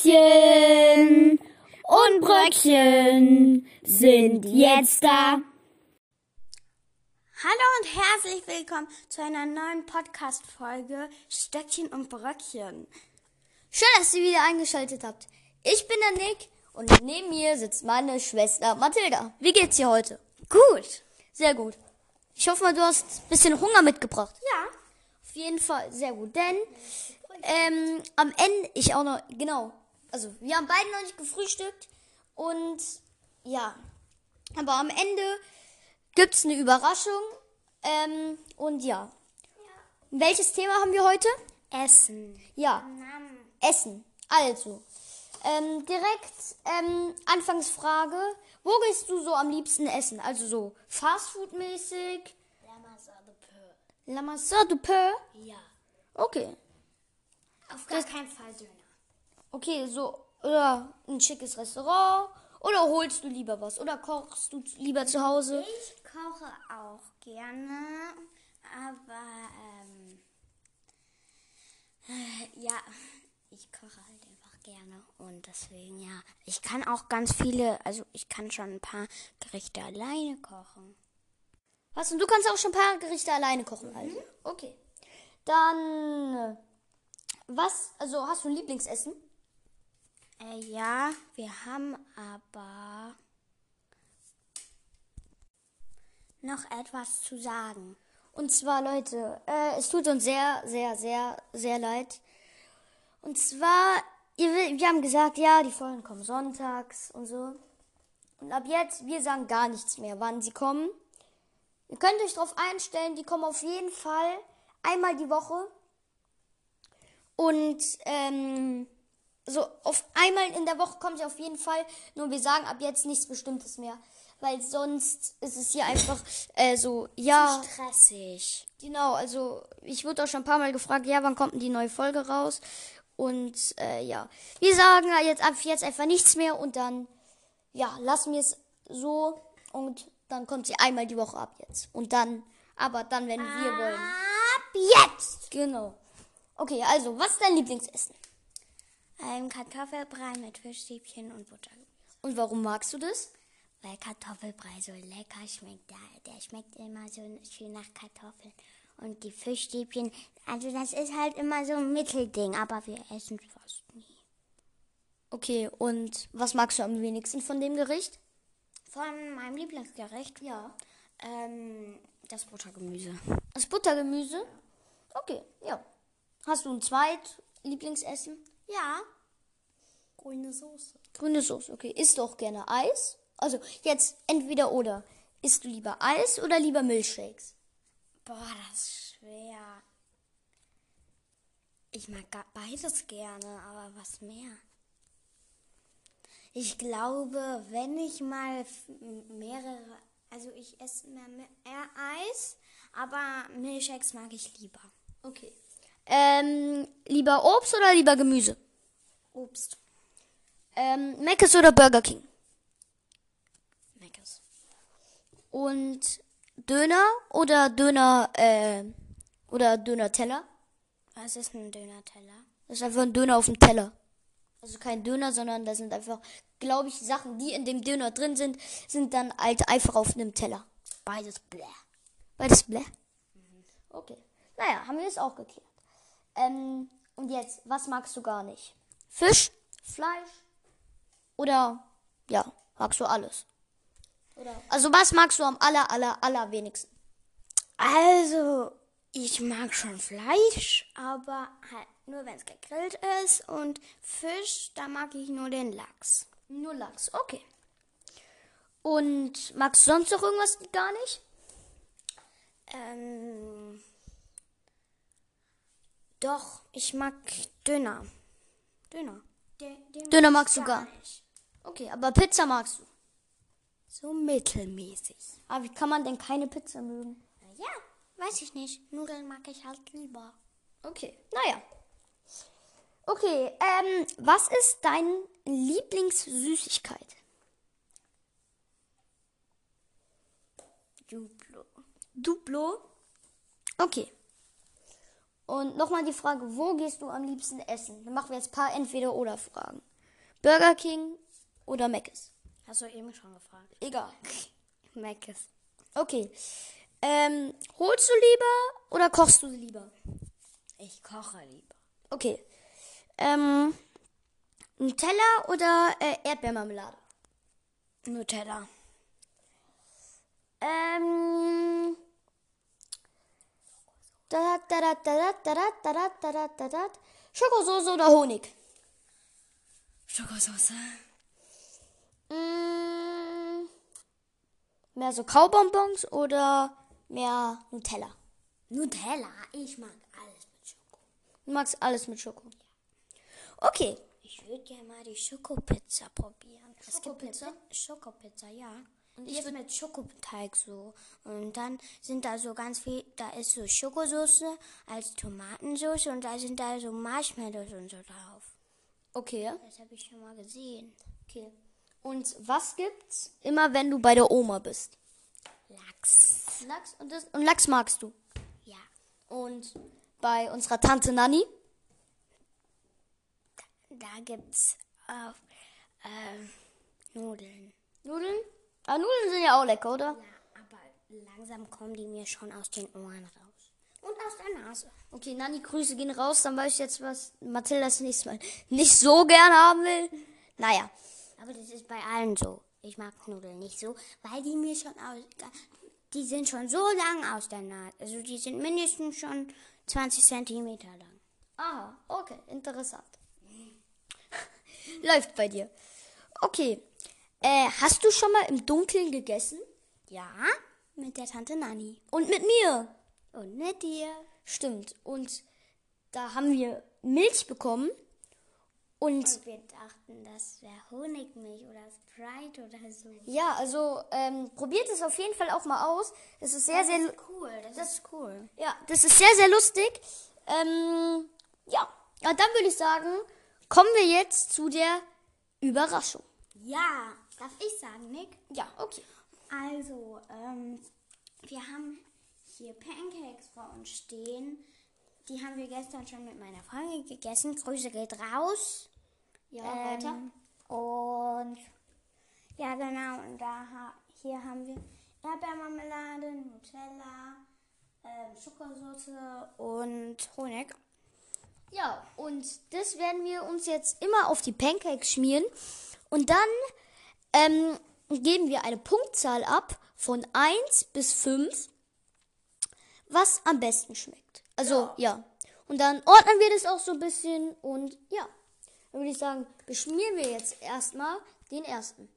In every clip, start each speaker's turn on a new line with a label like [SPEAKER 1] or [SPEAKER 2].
[SPEAKER 1] Stöckchen und Bröckchen sind jetzt da.
[SPEAKER 2] Hallo und herzlich willkommen zu einer neuen Podcast-Folge Stöckchen und Bröckchen.
[SPEAKER 3] Schön, dass ihr wieder eingeschaltet habt. Ich bin der Nick und neben mir sitzt meine Schwester Mathilda. Wie geht's dir heute?
[SPEAKER 2] Gut.
[SPEAKER 3] Sehr gut. Ich hoffe mal, du hast ein bisschen Hunger mitgebracht.
[SPEAKER 2] Ja.
[SPEAKER 3] Auf jeden Fall sehr gut, denn ähm, am Ende, ich auch noch, genau. Also, wir haben beide noch nicht gefrühstückt und ja. Aber am Ende gibt's eine Überraschung ähm, und ja. Welches Thema haben wir heute?
[SPEAKER 2] Essen.
[SPEAKER 3] Ja. Essen. Also, ähm, direkt ähm, Anfangsfrage. Wo gehst du so am liebsten essen? Also so Fastfood-mäßig? La Massa de Peu.
[SPEAKER 2] Ja.
[SPEAKER 3] Okay.
[SPEAKER 2] Auf gar keinen Fall Döner.
[SPEAKER 3] Okay, so, oder ein schickes Restaurant. Oder holst du lieber was? Oder kochst du lieber zu Hause?
[SPEAKER 2] Ich koche auch gerne, aber ähm, äh, ja, ich koche halt einfach gerne und deswegen ja, ich kann auch ganz viele, also ich kann schon ein paar Gerichte alleine kochen.
[SPEAKER 3] Was? Und du kannst auch schon ein paar Gerichte alleine kochen, also. Okay. Dann, äh, was, also hast du ein Lieblingsessen?
[SPEAKER 2] Äh, ja, wir haben aber noch etwas zu sagen.
[SPEAKER 3] Und zwar, Leute, äh, es tut uns sehr, sehr, sehr, sehr leid. Und zwar, ihr, wi- wir haben gesagt, ja, die Folgen kommen sonntags und so. Und ab jetzt, wir sagen gar nichts mehr, wann sie kommen. Ihr könnt euch darauf einstellen, die kommen auf jeden Fall einmal die Woche. Und ähm, so auf einmal in der Woche kommen sie auf jeden Fall. Nur wir sagen ab jetzt nichts Bestimmtes mehr. Weil sonst ist es hier einfach äh, so, ja.
[SPEAKER 2] Stressig.
[SPEAKER 3] Genau, also ich wurde auch schon ein paar Mal gefragt, ja, wann kommt denn die neue Folge raus? Und äh, ja, wir sagen ja jetzt ab jetzt einfach nichts mehr und dann, ja, lassen wir es so und dann kommt sie einmal die Woche ab jetzt. Und dann, aber dann, wenn wir wollen.
[SPEAKER 2] Ab jetzt!
[SPEAKER 3] Genau. Okay, also, was ist dein Lieblingsessen?
[SPEAKER 2] Ein Ähm, Kartoffelbrei mit Fischstäbchen und Butter.
[SPEAKER 3] Und warum magst du das?
[SPEAKER 2] Weil Kartoffelbrei so lecker schmeckt. Der, der schmeckt immer so schön nach Kartoffeln. Und die Fischstäbchen, also das ist halt immer so ein Mittelding, aber wir essen es fast nie.
[SPEAKER 3] Okay, und was magst du am wenigsten von dem Gericht?
[SPEAKER 2] Von meinem Lieblingsgericht? Ja. Ähm, das Buttergemüse.
[SPEAKER 3] Das Buttergemüse? Okay, ja. Hast du ein zweit Lieblingsessen?
[SPEAKER 2] Ja. Grüne Soße.
[SPEAKER 3] Grüne Soße, okay. Isst du auch gerne Eis? Also jetzt entweder oder. Isst du lieber Eis oder lieber Milchshakes?
[SPEAKER 2] Boah, das ist schwer. Ich mag ga- beides gerne, aber was mehr? Ich glaube, wenn ich mal f- mehrere, also ich esse mehr, mehr Eis, aber Milchshakes mag ich lieber.
[SPEAKER 3] Okay. Ähm, lieber Obst oder lieber Gemüse?
[SPEAKER 2] Obst,
[SPEAKER 3] Ähm, Mc's oder Burger King?
[SPEAKER 2] Meckes.
[SPEAKER 3] Und Döner oder Döner, äh, oder Döner-Teller?
[SPEAKER 2] Was ist ein Döner-Teller?
[SPEAKER 3] Das ist einfach ein Döner auf dem Teller. Also kein Döner, sondern da sind einfach, glaube ich, Sachen, die in dem Döner drin sind, sind dann halt einfach auf einem Teller.
[SPEAKER 2] Beides bläh.
[SPEAKER 3] Beides bleh. Mhm. Okay. Naja, haben wir das auch geklärt. Ähm, und jetzt, was magst du gar nicht? Fisch, Fleisch oder ja, magst du alles? Oder also was magst du am aller aller aller wenigsten?
[SPEAKER 2] Also, ich mag schon Fleisch, aber halt nur wenn es gegrillt ist. Und Fisch, da mag ich nur den Lachs.
[SPEAKER 3] Nur Lachs, okay. Und magst du sonst noch irgendwas gar nicht?
[SPEAKER 2] Ähm. Doch, ich mag Döner. Döner.
[SPEAKER 3] Döner magst du gar
[SPEAKER 2] nicht.
[SPEAKER 3] Okay, aber Pizza magst du.
[SPEAKER 2] So mittelmäßig.
[SPEAKER 3] Aber wie kann man denn keine Pizza mögen?
[SPEAKER 2] Ja, weiß ich nicht. Nudeln mag ich halt lieber.
[SPEAKER 3] Okay, naja. Okay, ähm, was ist deine Lieblingssüßigkeit?
[SPEAKER 2] Duplo.
[SPEAKER 3] Duplo. Okay. Und nochmal die Frage, wo gehst du am liebsten essen? Dann machen wir jetzt ein paar Entweder-Oder-Fragen. Burger King oder Mc's?
[SPEAKER 2] Hast du eben schon gefragt.
[SPEAKER 3] Egal.
[SPEAKER 2] Meckes.
[SPEAKER 3] Okay. Ähm, holst du lieber oder kochst du lieber?
[SPEAKER 2] Ich koche lieber.
[SPEAKER 3] Okay. Ähm, Nutella oder äh, Erdbeermarmelade?
[SPEAKER 2] Nutella.
[SPEAKER 3] Ähm. Da, da, da, da, da, da, da, da, da, da, da, da. Schokosoße oder Honig?
[SPEAKER 2] Schokosauce.
[SPEAKER 3] Mm, mehr so Kaubonbons oder mehr Nutella?
[SPEAKER 2] Nutella. Ich mag alles mit Schoko.
[SPEAKER 3] Du magst alles mit Schoko. Okay.
[SPEAKER 2] Ich würde gerne mal die Schokopizza probieren.
[SPEAKER 3] Schokopizza?
[SPEAKER 2] Es gibt eine Pi- Schokopizza, ja. Und die ist mit Schokoteig so. Und dann sind da so ganz viel, da ist so Schokosoße als Tomatensauce und da sind da so Marshmallows und so drauf.
[SPEAKER 3] Okay.
[SPEAKER 2] Das habe ich schon mal gesehen.
[SPEAKER 3] Okay. Und was gibt's immer, wenn du bei der Oma bist?
[SPEAKER 2] Lachs.
[SPEAKER 3] Lachs und, das, und Lachs magst du.
[SPEAKER 2] Ja.
[SPEAKER 3] Und bei unserer Tante Nanni?
[SPEAKER 2] Da gibt's auch ähm, Nudeln.
[SPEAKER 3] Nudeln? Ah, Nudeln sind ja auch lecker, oder?
[SPEAKER 2] Ja, aber langsam kommen die mir schon aus den Ohren raus. Und aus der Nase.
[SPEAKER 3] Okay, Nanni, Grüße gehen raus. Dann weiß ich jetzt, was Mathilda das nächste Mal nicht so gern haben will. Naja.
[SPEAKER 2] Aber das ist bei allen so. Ich mag Nudeln nicht so, weil die mir schon aus. Die sind schon so lang aus der Nase. Also die sind mindestens schon 20 Zentimeter lang.
[SPEAKER 3] Aha, okay, interessant. Läuft bei dir. Okay. Äh, hast du schon mal im Dunkeln gegessen?
[SPEAKER 2] Ja, mit der Tante Nanni.
[SPEAKER 3] Und mit mir.
[SPEAKER 2] Und mit dir.
[SPEAKER 3] Stimmt. Und da haben wir Milch bekommen. Und
[SPEAKER 2] Und wir dachten, das wäre Honigmilch oder Sprite oder so.
[SPEAKER 3] ja, also ähm, probiert es auf jeden Fall auch mal aus. Es ist sehr, sehr,
[SPEAKER 2] Cool, das, ist cool.
[SPEAKER 3] ja, das ist sehr, sehr lustig. Ähm, ja, ja, dann würde ich sagen, kommen wir jetzt zu der Überraschung.
[SPEAKER 2] Ja, darf ich sagen, Nick?
[SPEAKER 3] Ja, okay.
[SPEAKER 2] Also, ähm, wir haben hier Pancakes vor uns stehen. Die haben wir gestern schon mit meiner Freundin gegessen. Grüße geht raus.
[SPEAKER 3] Ja,
[SPEAKER 2] Ähm, Und ja, genau. Und da ha hier haben wir Erdbeermarmelade, Nutella, ähm, Schokosauce und Honig.
[SPEAKER 3] Ja, und das werden wir uns jetzt immer auf die Pancakes schmieren. Und dann ähm, geben wir eine Punktzahl ab von 1 bis 5, was am besten schmeckt. Also, ja. Und dann ordnen wir das auch so ein bisschen und ja. Dann würde ich sagen, beschmieren wir jetzt erstmal den ersten.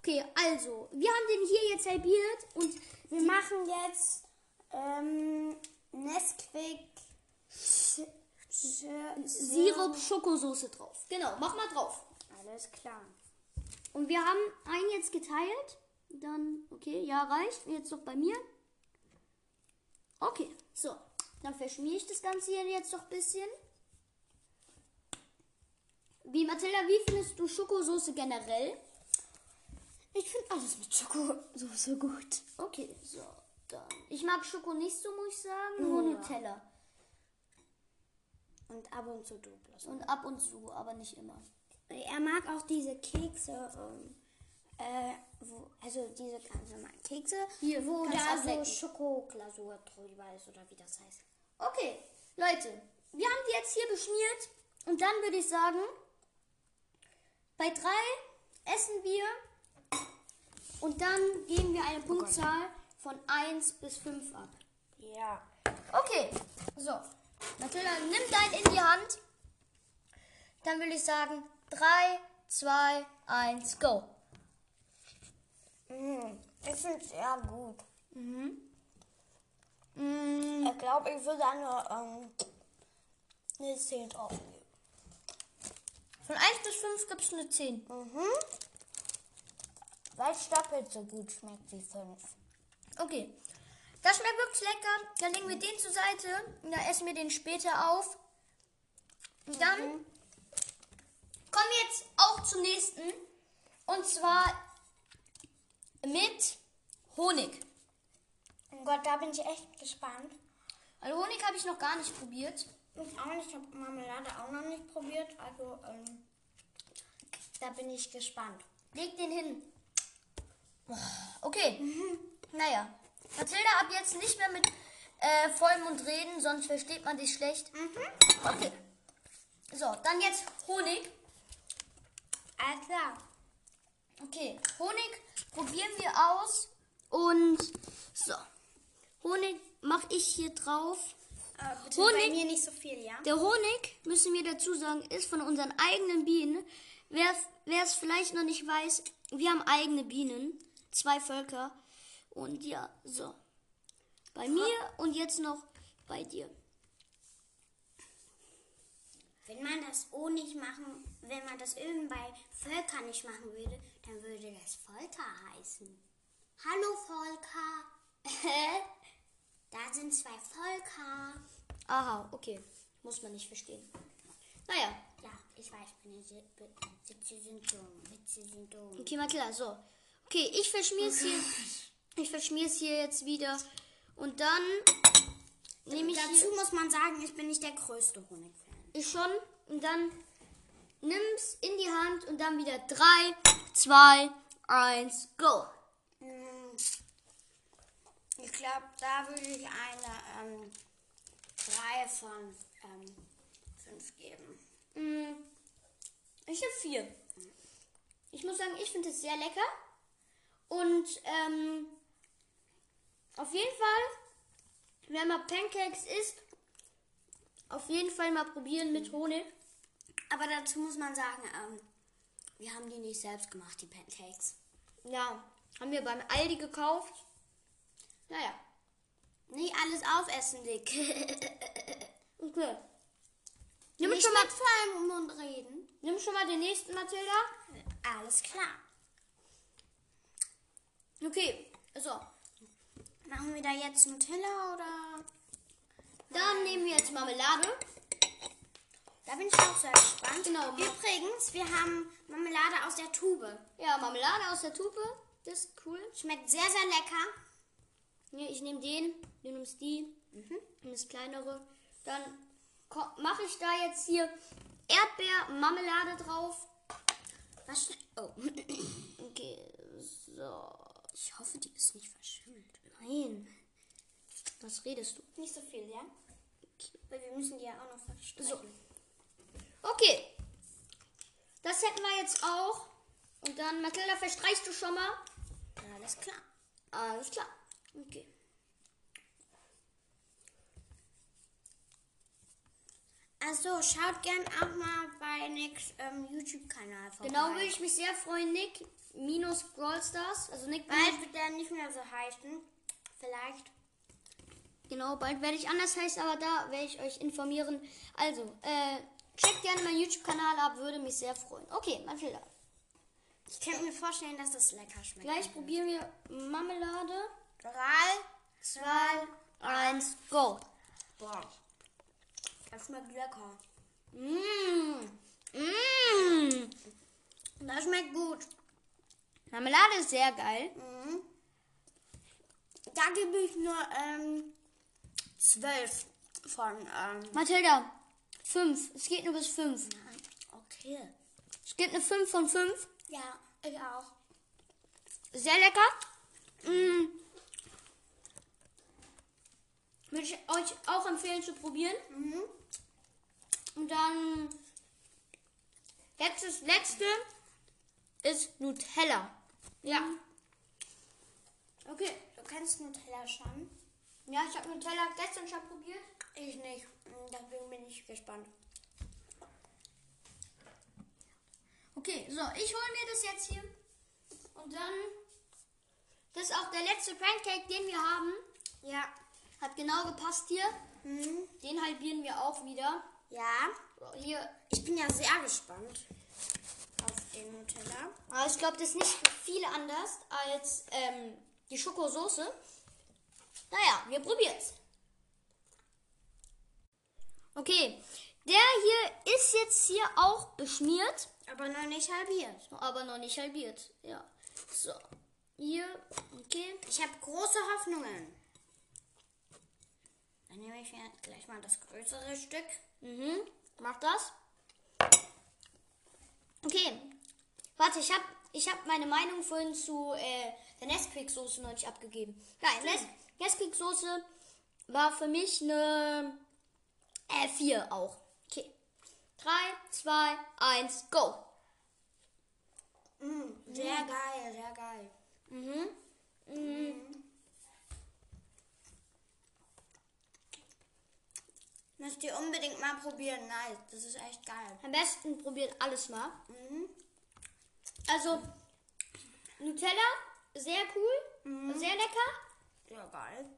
[SPEAKER 3] Okay, also, wir haben den hier jetzt halbiert und
[SPEAKER 2] Wir machen jetzt ähm, Nesquik Sch- Sch-
[SPEAKER 3] Sirup Schokosoße drauf. Genau, mach mal drauf.
[SPEAKER 2] Alles klar.
[SPEAKER 3] Und wir haben einen jetzt geteilt. Dann, okay, ja, reicht. Jetzt noch bei mir. Okay, so. Dann verschmiere ich das Ganze hier jetzt noch ein bisschen. Wie, Mathilda, wie findest du Schokosoße generell?
[SPEAKER 2] Ich finde alles mit Schokosauce gut.
[SPEAKER 3] Okay, so. Dann. Ich mag Schoko nicht so, muss ich sagen. Nur Nutella.
[SPEAKER 2] Und ab und zu Douglas.
[SPEAKER 3] Und ab und zu, aber nicht immer.
[SPEAKER 2] Er mag auch diese Kekse, ähm, äh, wo, also diese ganz normalen Kekse,
[SPEAKER 3] Hier,
[SPEAKER 2] wo
[SPEAKER 3] kannst
[SPEAKER 2] da so
[SPEAKER 3] ablecken.
[SPEAKER 2] Schokoglasur drüber ist oder wie das heißt.
[SPEAKER 3] Okay, Leute, wir haben die jetzt hier beschmiert und dann würde ich sagen, bei drei essen wir und dann geben wir eine Punktzahl von 1 bis 5 ab.
[SPEAKER 2] Ja.
[SPEAKER 3] Okay, so. Mathilda, nimm dein in die Hand. Dann würde ich sagen, 3, 2, 1, go.
[SPEAKER 2] Ich finde es sehr gut. Mhm. Ich glaube, ich würde eine, ähm, eine 10 drauf geben.
[SPEAKER 3] Von 1 bis 5 gibt es eine 10.
[SPEAKER 2] Mhm. Weil es doppelt so gut schmeckt wie 5.
[SPEAKER 3] Okay. Das schmeckt wirklich lecker. Dann legen wir den zur Seite und dann essen wir den später auf. Und dann kommen wir jetzt auch zum nächsten. Und zwar mit Honig.
[SPEAKER 2] Oh Gott, da bin ich echt gespannt.
[SPEAKER 3] Also Honig habe ich noch gar nicht probiert.
[SPEAKER 2] Ich auch nicht, ich habe Marmelade auch noch nicht probiert. Also, ähm, da bin ich gespannt.
[SPEAKER 3] Leg den hin. Okay. Naja. Mathilda, ab jetzt nicht mehr mit äh, Vollmund reden, sonst versteht man dich schlecht. Okay. So, dann jetzt Honig.
[SPEAKER 2] Alles klar.
[SPEAKER 3] Okay, Honig probieren wir aus. Und so. Honig mache ich hier drauf.
[SPEAKER 2] Äh, bitte
[SPEAKER 3] Honig?
[SPEAKER 2] bei mir nicht so viel, ja?
[SPEAKER 3] Der Honig, müssen wir dazu sagen, ist von unseren eigenen Bienen. Wer wer es vielleicht noch nicht weiß, wir haben eigene Bienen. Zwei Völker. Und ja, so. Bei mir und jetzt noch bei dir.
[SPEAKER 2] Wenn man das O nicht machen, wenn man das Ölen bei Volker nicht machen würde, dann würde das Volker heißen. Hallo Volker. da sind zwei Volker.
[SPEAKER 3] Aha, okay. Muss man nicht verstehen. Naja,
[SPEAKER 2] Ja, ich weiß, meine Si- Bi- Witze sind dumm. Witze sind dumm.
[SPEAKER 3] okay, Matilda, so. Okay, ich verschmier's hier. Ich verschmier's hier jetzt wieder. Und dann nehme ich hier.
[SPEAKER 2] Dazu muss man sagen, ich bin nicht der größte Honigfan.
[SPEAKER 3] Ich schon. Und dann nimm's in die Hand und dann wieder 3, 2, 1, go.
[SPEAKER 2] Mm, Ich glaube, da würde ich eine ähm, 3 von ähm, 5 geben.
[SPEAKER 3] Mm, Ich habe 4. Ich muss sagen, ich finde es sehr lecker. Und ähm, auf jeden Fall, wenn man Pancakes isst, auf jeden Fall mal probieren mit Honig.
[SPEAKER 2] Aber dazu muss man sagen, ähm, wir haben die nicht selbst gemacht, die Pancakes.
[SPEAKER 3] Ja, haben wir beim Aldi gekauft. Naja,
[SPEAKER 2] Nicht alles aufessen, Dick.
[SPEAKER 3] okay. Nimm
[SPEAKER 2] nicht
[SPEAKER 3] schon, mal,
[SPEAKER 2] mit vollem Mund reden.
[SPEAKER 3] nimm schon mal den nächsten, Mathilda.
[SPEAKER 2] Alles klar.
[SPEAKER 3] Okay, so.
[SPEAKER 2] Machen wir da jetzt Nutella oder?
[SPEAKER 3] Dann nehmen wir jetzt Marmelade.
[SPEAKER 2] Da bin ich auch sehr gespannt.
[SPEAKER 3] Genau.
[SPEAKER 2] Übrigens, wir haben Marmelade aus der Tube.
[SPEAKER 3] Ja, Marmelade aus der Tube. Das ist cool.
[SPEAKER 2] Schmeckt sehr, sehr lecker.
[SPEAKER 3] Nee, ich nehme den, du nimmst die, und das kleinere. Dann mache ich da jetzt hier Erdbeermarmelade drauf.
[SPEAKER 2] Was schme- oh.
[SPEAKER 3] Okay, so.
[SPEAKER 2] Ich hoffe, die ist nicht verschimmelt.
[SPEAKER 3] Nein. Was redest du?
[SPEAKER 2] Nicht so viel, ja? Weil wir müssen die ja auch noch verstreichen.
[SPEAKER 3] So. Okay. Das hätten wir jetzt auch. Und dann, Mathilda, verstreichst du schon mal?
[SPEAKER 2] Alles klar.
[SPEAKER 3] Alles klar. Okay.
[SPEAKER 2] Also schaut gern auch mal bei Nicks ähm, YouTube-Kanal vorbei.
[SPEAKER 3] Genau würde ich mich sehr freuen, Nick. Minus Brawl Stars. Also Nick
[SPEAKER 2] Bald wird er nicht mehr so heißen. Vielleicht.
[SPEAKER 3] Genau, bald werde ich anders heißen, aber da werde ich euch informieren. Also, äh, checkt gerne meinen YouTube-Kanal ab, würde mich sehr freuen. Okay, Mathilda.
[SPEAKER 2] Ich könnte mir vorstellen, dass das lecker schmeckt.
[SPEAKER 3] Gleich probieren wir Marmelade.
[SPEAKER 2] Drei, zwei,
[SPEAKER 3] Eins, go.
[SPEAKER 2] boah. Das schmeckt lecker.
[SPEAKER 3] Mmh. Mmh.
[SPEAKER 2] Das schmeckt gut.
[SPEAKER 3] Marmelade ist sehr geil.
[SPEAKER 2] Mhm. Da gebe ich nur ähm, zwölf von. Ähm,
[SPEAKER 3] Mathilda, fünf. Es geht nur bis fünf.
[SPEAKER 2] okay.
[SPEAKER 3] Es gibt eine 5 von 5.
[SPEAKER 2] Ja, ich auch.
[SPEAKER 3] Sehr lecker. Mmh. Würde ich euch auch empfehlen zu probieren. Und dann letztes letzte ist Nutella. Ja. Okay.
[SPEAKER 2] Du kennst Nutella schon?
[SPEAKER 3] Ja, ich habe Nutella gestern schon probiert.
[SPEAKER 2] Ich nicht. Deswegen bin ich gespannt.
[SPEAKER 3] Okay, so, ich hole mir das jetzt hier. Und dann das ist auch der letzte Pancake, den wir haben.
[SPEAKER 2] Ja.
[SPEAKER 3] Hat genau gepasst hier.
[SPEAKER 2] Mhm.
[SPEAKER 3] Den halbieren wir auch wieder.
[SPEAKER 2] Ja.
[SPEAKER 3] Hier
[SPEAKER 2] Ich bin ja sehr gespannt auf den Nutella.
[SPEAKER 3] Aber ich glaube, das ist nicht für viele anders als ähm, die Schokosoße. Naja, wir probieren's. Okay, der hier ist jetzt hier auch beschmiert,
[SPEAKER 2] Aber noch nicht halbiert.
[SPEAKER 3] aber noch nicht halbiert. Ja, so. Hier, okay.
[SPEAKER 2] Ich habe große Hoffnungen.
[SPEAKER 4] Dann nehme ich mir gleich mal das größere Stück.
[SPEAKER 3] Mhm. Mach das. Okay. Warte, ich habe ich hab meine Meinung vorhin zu äh, der Nesquik-Soße noch nicht abgegeben. Ja, Nes Nesquik-Soße war für mich eine äh, 4 auch. Okay. 3, 2, 1, go.
[SPEAKER 4] Mm, Sehr geil, sehr geil. Mhm. Müsst ihr unbedingt mal probieren. Nice, das ist echt geil.
[SPEAKER 3] Am besten probiert alles mal. Also, Nutella, sehr cool, sehr lecker. Mhm.
[SPEAKER 4] Sehr geil.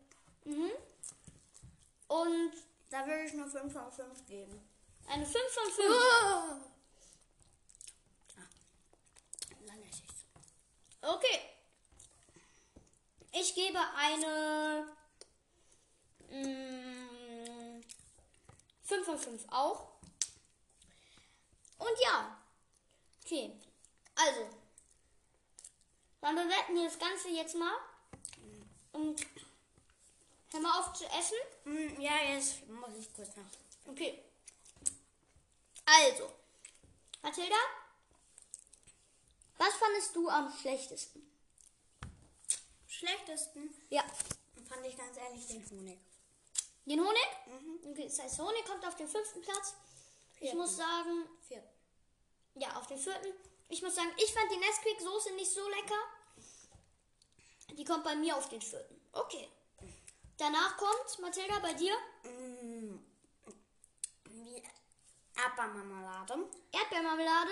[SPEAKER 3] Und
[SPEAKER 4] Da würde ich nur 5 von 5 geben.
[SPEAKER 3] eine 5 von 5. Ah.
[SPEAKER 4] Dann esse ich's.
[SPEAKER 3] Okay. Ich gebe eine mm, 5 von 5 auch. Und ja. Okay. Also. Dann bewerten wir das Ganze jetzt mal. Und hör mal auf zu essen.
[SPEAKER 4] Hm, ja, jetzt muss ich kurz nach.
[SPEAKER 3] Okay. Also. Mathilda. Was fandest du am schlechtesten?
[SPEAKER 4] Schlechtesten
[SPEAKER 3] Ja.
[SPEAKER 4] fand ich ganz ehrlich den Honig.
[SPEAKER 3] Den Honig? Okay, das heißt, Honig kommt auf den fünften Platz. Ich
[SPEAKER 4] Vierten.
[SPEAKER 3] muss sagen,
[SPEAKER 4] Vier.
[SPEAKER 3] ja, auf den vierten. Ich muss sagen, ich fand die Nesquik-Soße nicht so lecker. Die kommt bei mir auf den vierten. Okay. Danach kommt, Mathilda, bei dir
[SPEAKER 4] Wie Erdbeermarmelade.
[SPEAKER 3] Erdbeermarmelade.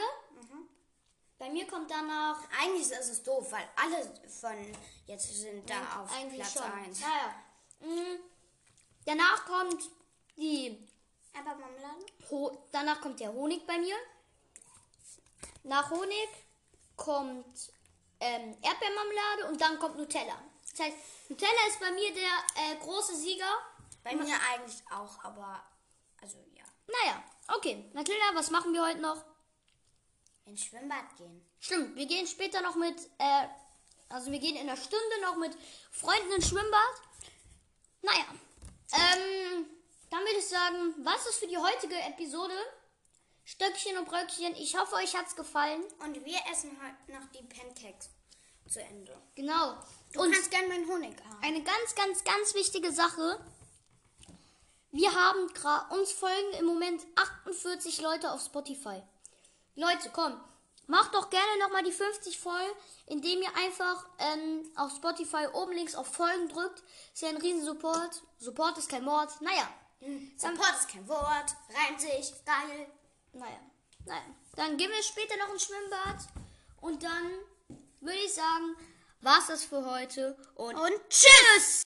[SPEAKER 3] Bei mir kommt danach
[SPEAKER 4] Eigentlich ist es doof, weil alle von jetzt sind da auf
[SPEAKER 3] eigentlich
[SPEAKER 4] Platz
[SPEAKER 3] schon.
[SPEAKER 4] 1.
[SPEAKER 3] Ja, ja. Mm. Danach kommt die
[SPEAKER 4] Erdbeermarmelade?
[SPEAKER 3] Ho danach kommt der Honig bei mir. Nach Honig kommt ähm, Erdbeermarmelade und dann kommt Nutella. Das heißt, Nutella ist bei mir der äh, große Sieger.
[SPEAKER 4] Bei mir eigentlich auch, aber also ja.
[SPEAKER 3] Naja, okay. Mathilda, was machen wir heute noch?
[SPEAKER 4] Ins Schwimmbad gehen.
[SPEAKER 3] Stimmt, wir gehen später noch mit, äh, also wir gehen in einer Stunde noch mit Freunden ins Schwimmbad. Naja, ähm, dann würde ich sagen, was ist für die heutige Episode? Stöckchen und Bröckchen. Ich hoffe, euch hat's gefallen.
[SPEAKER 4] Und wir essen heute noch die Pancakes zu Ende.
[SPEAKER 3] Genau.
[SPEAKER 4] Du kannst gerne meinen Honig haben.
[SPEAKER 3] Eine ganz, ganz, ganz wichtige Sache. Wir haben gra- uns folgen im Moment 48 Leute auf Spotify. Leute, komm, macht doch gerne nochmal die 50 voll, indem ihr einfach ähm, auf Spotify oben links auf Folgen drückt. Ist ja ein Riesensupport. Support ist kein Mord. Naja,
[SPEAKER 4] Support ist kein Wort. Reimt sich. Geil.
[SPEAKER 3] naja, naja. Dann gehen wir später noch ins Schwimmbad. Und dann würde ich sagen, war's das für heute. Und,
[SPEAKER 4] Und tschüss.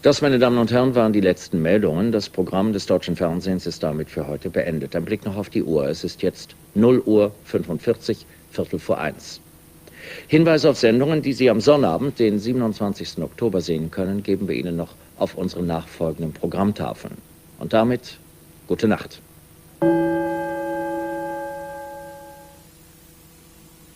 [SPEAKER 5] Das, meine Damen und Herren, waren die letzten Meldungen. Das Programm des deutschen Fernsehens ist damit für heute beendet. Ein Blick noch auf die Uhr. Es ist jetzt 0 Uhr 45, Viertel vor eins. Hinweise auf Sendungen, die Sie am Sonnabend, den 27. Oktober, sehen können, geben wir Ihnen noch auf unseren nachfolgenden Programmtafeln. Und damit gute Nacht.